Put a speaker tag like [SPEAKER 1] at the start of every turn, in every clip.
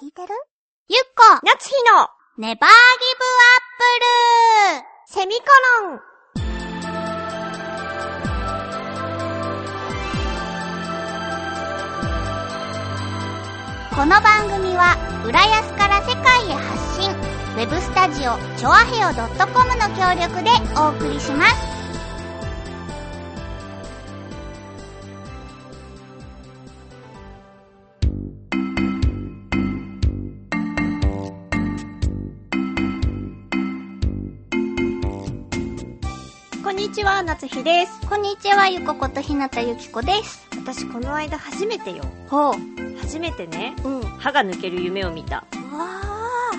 [SPEAKER 1] 聞いてるゆっこ
[SPEAKER 2] 夏日の
[SPEAKER 1] ネバーギブアップルセミコロンこの番組は浦安から世界へ発信ウェブスタジオチョアヘオ .com の協力でお送りします
[SPEAKER 2] こんにちは、夏日です。
[SPEAKER 1] こんにちはゆこことひなたゆきこです
[SPEAKER 2] 私この間初めてよ。
[SPEAKER 1] ほう
[SPEAKER 2] 初めてね、
[SPEAKER 1] うんわ
[SPEAKER 2] 歯が抜ける夢を見た。
[SPEAKER 1] あ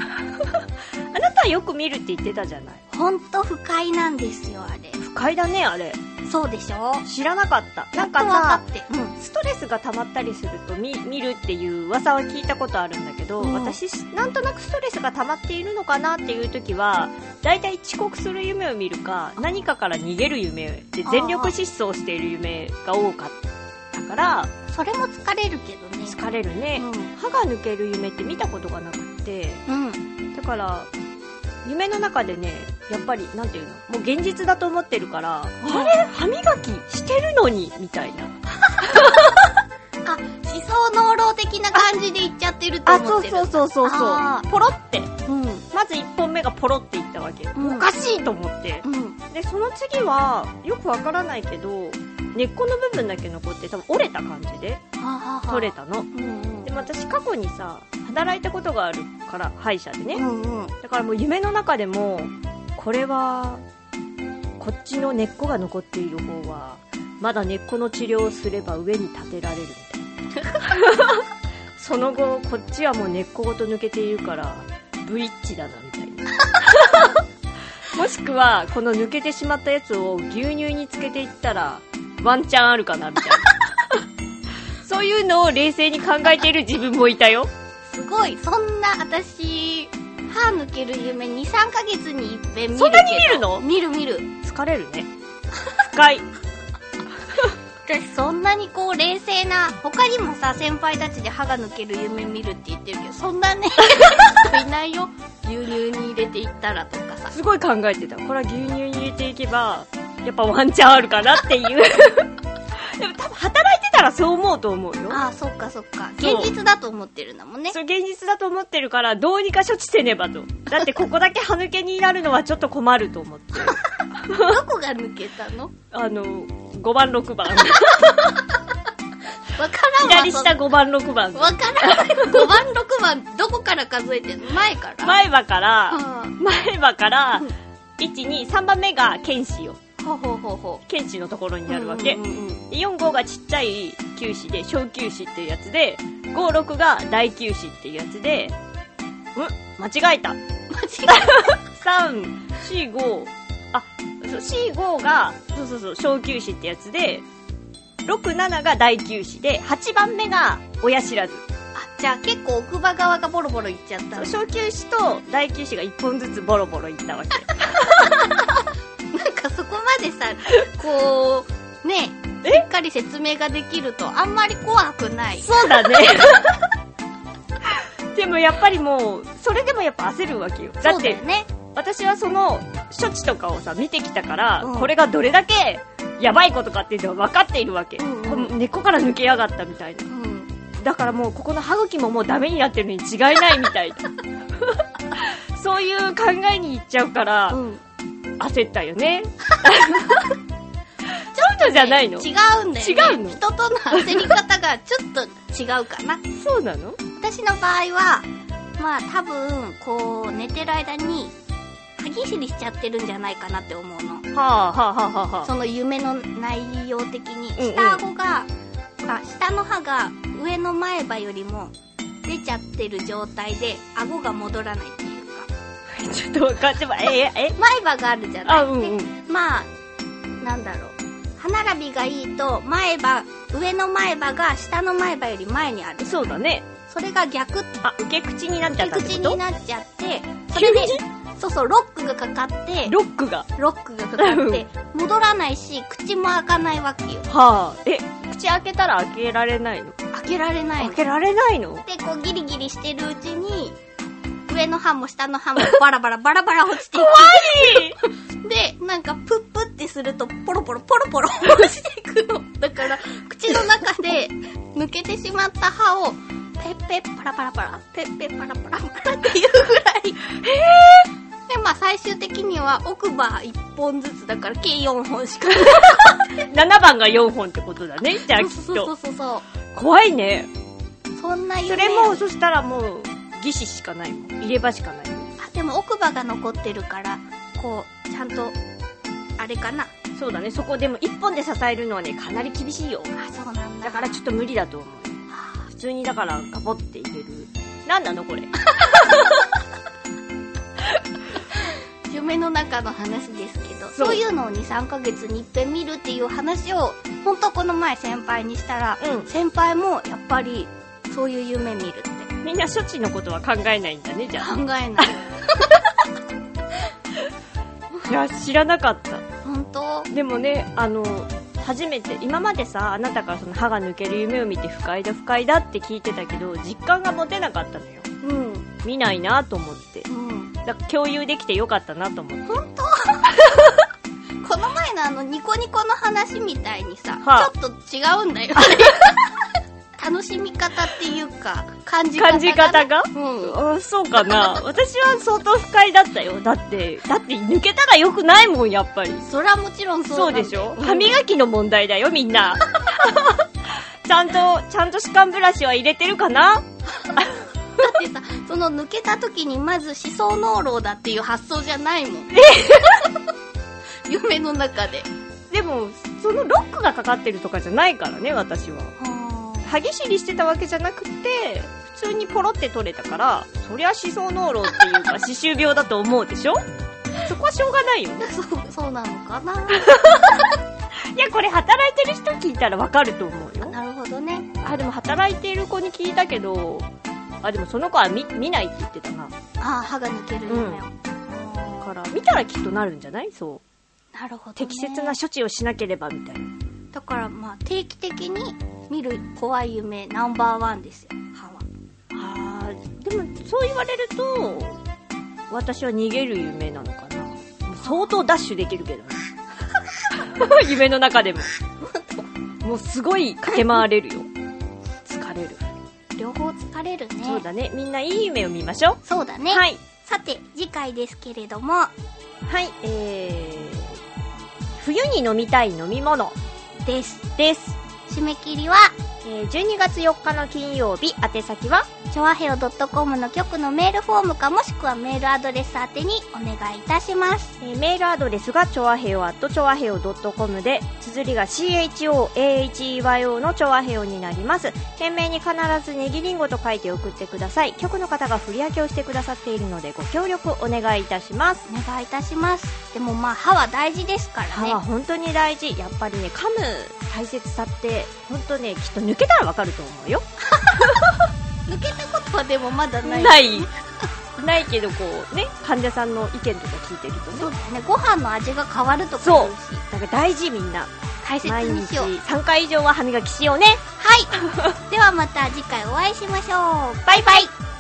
[SPEAKER 2] あなたはよく見るって言ってたじゃない。
[SPEAKER 1] ほんと不快なんですよあれ
[SPEAKER 2] 不快だね、あれ。
[SPEAKER 1] そうでしょ
[SPEAKER 2] 知らなかった。なんか
[SPEAKER 1] や
[SPEAKER 2] さ
[SPEAKER 1] っ、と分かってうん
[SPEAKER 2] ストレスが溜まったりすると見見るっていう噂は聞いたことあるんだけど、
[SPEAKER 1] うん
[SPEAKER 2] 私なんとなくストレスが溜まっているのかなっていう時はだいたい遅刻する夢を見るか何かから逃げる夢で
[SPEAKER 1] あー
[SPEAKER 2] 全力疾走している夢が多かったから
[SPEAKER 1] それも疲れるけどね
[SPEAKER 2] 疲れるね、歯が抜ける夢って見たことがなくて
[SPEAKER 1] うんうん
[SPEAKER 2] だから夢の中でねやっぱりなんていうのもう現実だと思ってるから、あれ歯磨きしてるのにみたいな
[SPEAKER 1] あ思想能浪的な感じでいっちゃってると
[SPEAKER 2] あ
[SPEAKER 1] 思
[SPEAKER 2] そ
[SPEAKER 1] っ
[SPEAKER 2] う
[SPEAKER 1] てる
[SPEAKER 2] そうそうそう
[SPEAKER 1] あ
[SPEAKER 2] そうポロって
[SPEAKER 1] ううん
[SPEAKER 2] まず1本目がポロっていったわけよ、
[SPEAKER 1] うん
[SPEAKER 2] おかしいと思って
[SPEAKER 1] うん
[SPEAKER 2] でその次はよくわからないけど根っこの部分だけ残って多分折れた感じで
[SPEAKER 1] はあはあはあ
[SPEAKER 2] 取れたの
[SPEAKER 1] うんうん
[SPEAKER 2] でも私過去にさ働いたことがあるから歯医者でね
[SPEAKER 1] うんうん
[SPEAKER 2] だからもう夢の中でもこれはこっちの根っこが残っている方はまだ根っこの治療をすれば上に立てられるみたいな その後こっちはもう根っこごと抜けているから V ッチだなみたいな もしくはこの抜けてしまったやつを牛乳につけていったらワンチャンあるかなみ たいなそういうのを冷静に考えている自分もいたよ
[SPEAKER 1] すごいそんな私歯抜ける夢23ヶ月にいっぺん見るけど
[SPEAKER 2] そんなに見るの
[SPEAKER 1] 見る見る
[SPEAKER 2] 疲れる ね不快
[SPEAKER 1] 私そんなにこう冷静な他にもさ先輩たちで歯が抜ける夢見るって言ってるけどそん なね人いないよ牛乳に入れていったらとかさ
[SPEAKER 2] すごい考えてたこれは牛乳に入れていけばやっぱワンチャンあるかなっていう でも多分働いてたらそう思うと思うよ
[SPEAKER 1] ああそっかそっか
[SPEAKER 2] そう
[SPEAKER 1] 現実だと思ってるんだもんね
[SPEAKER 2] それ現実だと思ってるからどうにか処置せねばとだってここだけ歯抜けになるのはちょっと困ると思って
[SPEAKER 1] どこが抜けたの
[SPEAKER 2] あの5番6番
[SPEAKER 1] わからんわ
[SPEAKER 2] 左下5番6番
[SPEAKER 1] そのわからん5番6番どこから数えてんの前から
[SPEAKER 2] 前歯から
[SPEAKER 1] あ
[SPEAKER 2] 前歯から
[SPEAKER 1] うん
[SPEAKER 2] 123番目が犬歯よ
[SPEAKER 1] あほうほうほうほ
[SPEAKER 2] 犬歯のところに
[SPEAKER 1] う
[SPEAKER 2] なるわけ、
[SPEAKER 1] うんうんうん
[SPEAKER 2] で45がちっちゃい球歯で小球歯っていうやつで56が大球歯っていうやつでうん間違えた
[SPEAKER 1] 間違え
[SPEAKER 2] 345あそう45がそうそうそう小球歯ってやつで67が大球歯で8番目が親知らず
[SPEAKER 1] あじゃあ結構奥歯側がボロボロいっちゃったの
[SPEAKER 2] 小球歯と大球歯が1本ずつボロボロいったわけ
[SPEAKER 1] なんかそこまで さ、こう、ね、
[SPEAKER 2] え
[SPEAKER 1] しっかり説明ができるとあんまり怖くない。
[SPEAKER 2] そうだね でもやっぱりもうそれでもやっぱ焦るわけよだ
[SPEAKER 1] そ
[SPEAKER 2] っ
[SPEAKER 1] うだ
[SPEAKER 2] て
[SPEAKER 1] よね。
[SPEAKER 2] 私はその処置とかをさ見てきたから、
[SPEAKER 1] うん
[SPEAKER 2] これがどれだけやばいことかっていうのは分かっているわけ、
[SPEAKER 1] うんうん
[SPEAKER 2] この根っこから抜けやがったみたいな
[SPEAKER 1] うん。
[SPEAKER 2] だからもうここの歯茎ももうダメになってるに違いない みたいなそういう考えにいっちゃうから、
[SPEAKER 1] うん。
[SPEAKER 2] 焦ったよね ちょっとじゃないの
[SPEAKER 1] 違うんだよ、ね。
[SPEAKER 2] 違うの
[SPEAKER 1] 人との焦り方がちょっと違うかな。
[SPEAKER 2] そうなの
[SPEAKER 1] 私の場合は、まあ多分、こう、寝てる間に、歯ぎしりしちゃってるんじゃないかなって思うの。
[SPEAKER 2] はあはあはあはあは
[SPEAKER 1] その夢の内容的に。
[SPEAKER 2] うんうん
[SPEAKER 1] 下顎が、あ、下の歯が上の前歯よりも出ちゃってる状態で、顎が戻らないっていうか。
[SPEAKER 2] あちょっと分かっ てまえええ
[SPEAKER 1] 前歯があるじゃない
[SPEAKER 2] あうんうん
[SPEAKER 1] でまあなんだろう歯並びがいいと前歯上の前歯が下の前歯より前にある
[SPEAKER 2] そうだね
[SPEAKER 1] それが逆って
[SPEAKER 2] あ受け口になっちゃったって
[SPEAKER 1] 口
[SPEAKER 2] こ
[SPEAKER 1] に
[SPEAKER 2] と
[SPEAKER 1] なっちゃってそれで
[SPEAKER 2] 急
[SPEAKER 1] そうそうロックがかかって
[SPEAKER 2] ロックが
[SPEAKER 1] ロックがかかって戻らないし口も開かないわけよ
[SPEAKER 2] はあえ口開けたら開けられないの
[SPEAKER 1] 開開けられないの
[SPEAKER 2] 開けられないの
[SPEAKER 1] でこうギリギリしてるうちに上の歯も下の歯 もバラバラバラバラ落ちていくでなんかプップってするとポロポロポロポロ落ちていく のだから口の中で抜けてしまった歯をペッペッパラパラパラペッペッパラパラパラっていうぐらいでまあ最終的には奥歯1本ずつだから計4本しかない
[SPEAKER 2] 7番が4本ってことだねじゃあきっ
[SPEAKER 1] そうそ
[SPEAKER 2] と
[SPEAKER 1] うそうそ
[SPEAKER 2] 怖いね
[SPEAKER 1] うそんな夢
[SPEAKER 2] それもそしたらもう義歯しかないもん入れ歯しかないもん
[SPEAKER 1] あでも奥歯が残ってるからこうちゃんとあれかな
[SPEAKER 2] そうだねそこでも1本で支えるのはねかなり厳しいよ
[SPEAKER 1] あそうなんだ
[SPEAKER 2] だからちょっと無理だと思う
[SPEAKER 1] あ
[SPEAKER 2] 普通にだからガポって入れる何なの これ
[SPEAKER 1] ー夢の中の話ですけど
[SPEAKER 2] そう
[SPEAKER 1] そういうのを23ヶ月にいっぺん見るっていう話を本当この前先輩にしたら、
[SPEAKER 2] うん
[SPEAKER 1] 先輩もやっぱりそういう夢見るって
[SPEAKER 2] みんな処置のことは考えないんだねじゃ
[SPEAKER 1] 考えない
[SPEAKER 2] あいや知らなかった
[SPEAKER 1] 本当
[SPEAKER 2] でもねあの初めて今までさあなたからその歯が抜ける夢を見て不快だ不快だって聞いてたけど実感が持てなかったのよ
[SPEAKER 1] うん
[SPEAKER 2] 見ないなと思って
[SPEAKER 1] うん
[SPEAKER 2] だから共有できてよかったなと思って
[SPEAKER 1] この前のあのニコニコの話みたいにさ、
[SPEAKER 2] はあ
[SPEAKER 1] ちょっと違うんだよ 楽しみ方っていうか感じ方
[SPEAKER 2] 感じ方
[SPEAKER 1] が
[SPEAKER 2] が
[SPEAKER 1] うん
[SPEAKER 2] あそうかな私は相当不快だったよだってだって抜けたらよくないもんやっぱり
[SPEAKER 1] それはもちろんそう
[SPEAKER 2] そう
[SPEAKER 1] なんだ
[SPEAKER 2] で
[SPEAKER 1] よ
[SPEAKER 2] しょ
[SPEAKER 1] うん
[SPEAKER 2] 歯磨きの問題だよ、み んな。ちゃんと、ちゃんと歯間ブラシは入れてるかな
[SPEAKER 1] だってさその抜けた時にまず思想濃漏だっていう発想じゃないもん 夢の中で
[SPEAKER 2] でも、そのロックがかかってるとかじゃないからね、私は。歯ぎしりしてたわけじゃなくて、普通にポロって取れたから、そりゃ歯槽膿漏っていうか、歯周病だと思うでしょそこはしょうがないよ。
[SPEAKER 1] そうそうなのか ない
[SPEAKER 2] や、これ働いてる人聞いたらわかると思うよ。
[SPEAKER 1] なるほどね
[SPEAKER 2] あ、でも働いている子に聞いたけど、あ、でもその子は見見ないって言ってたな。
[SPEAKER 1] ああ歯が抜ける夢を、
[SPEAKER 2] うんだから、見たらきっとなるんじゃないそう。
[SPEAKER 1] なるほど、ね、
[SPEAKER 2] 適切な処置をしなければみたいな
[SPEAKER 1] だからまあ定期的に見る怖い夢ナンバーワンですよ歯は
[SPEAKER 2] あーでもそう言われると私は逃げる夢なのかなもう相当ダッシュできるけどね 夢の中でももうすごい駆け回れるよ疲れる、
[SPEAKER 1] 両方疲れるね
[SPEAKER 2] そうだねみんないい夢を見ましょ
[SPEAKER 1] そうだ
[SPEAKER 2] う、
[SPEAKER 1] ね、
[SPEAKER 2] はい
[SPEAKER 1] さて次回ですけれども
[SPEAKER 2] はいえー、冬に飲みたい飲み物
[SPEAKER 1] です
[SPEAKER 2] です、
[SPEAKER 1] 締め切りは
[SPEAKER 2] えー、12月4日の金曜日宛先は
[SPEAKER 1] チョアヘオ .com の局のメールフォームかもしくはメールアドレス宛てにお願いいたします。
[SPEAKER 2] えーメールアドレスがチョアヘヨアットチョアヘヨ .com で、綴りが CHOAHEYO のチョアヘヨになります。件名に必ずネギリンゴと書いて送ってください。局の方が振り分けをしてくださっているので、ご協力お願いいたします。
[SPEAKER 1] お願いいたします。でもまあ歯は大事ですからね。
[SPEAKER 2] 歯は本当に大事。やっぱりね、噛む大切さって、本当ね、きっと抜けたらわかると思うよ。
[SPEAKER 1] 抜けたことはでもまだない。
[SPEAKER 2] ない。 ないけど、こう、ね、患者さんの意見とか聞いてると
[SPEAKER 1] そう
[SPEAKER 2] ね。
[SPEAKER 1] だね。ご飯の味が変わるとか言うし、
[SPEAKER 2] だから大事みんな。
[SPEAKER 1] 大切
[SPEAKER 2] 毎
[SPEAKER 1] に
[SPEAKER 2] 日
[SPEAKER 1] しよう。
[SPEAKER 2] 3回以上は歯磨きしようね。
[SPEAKER 1] はい。ではまた次回お会いしましょう。バイバイ。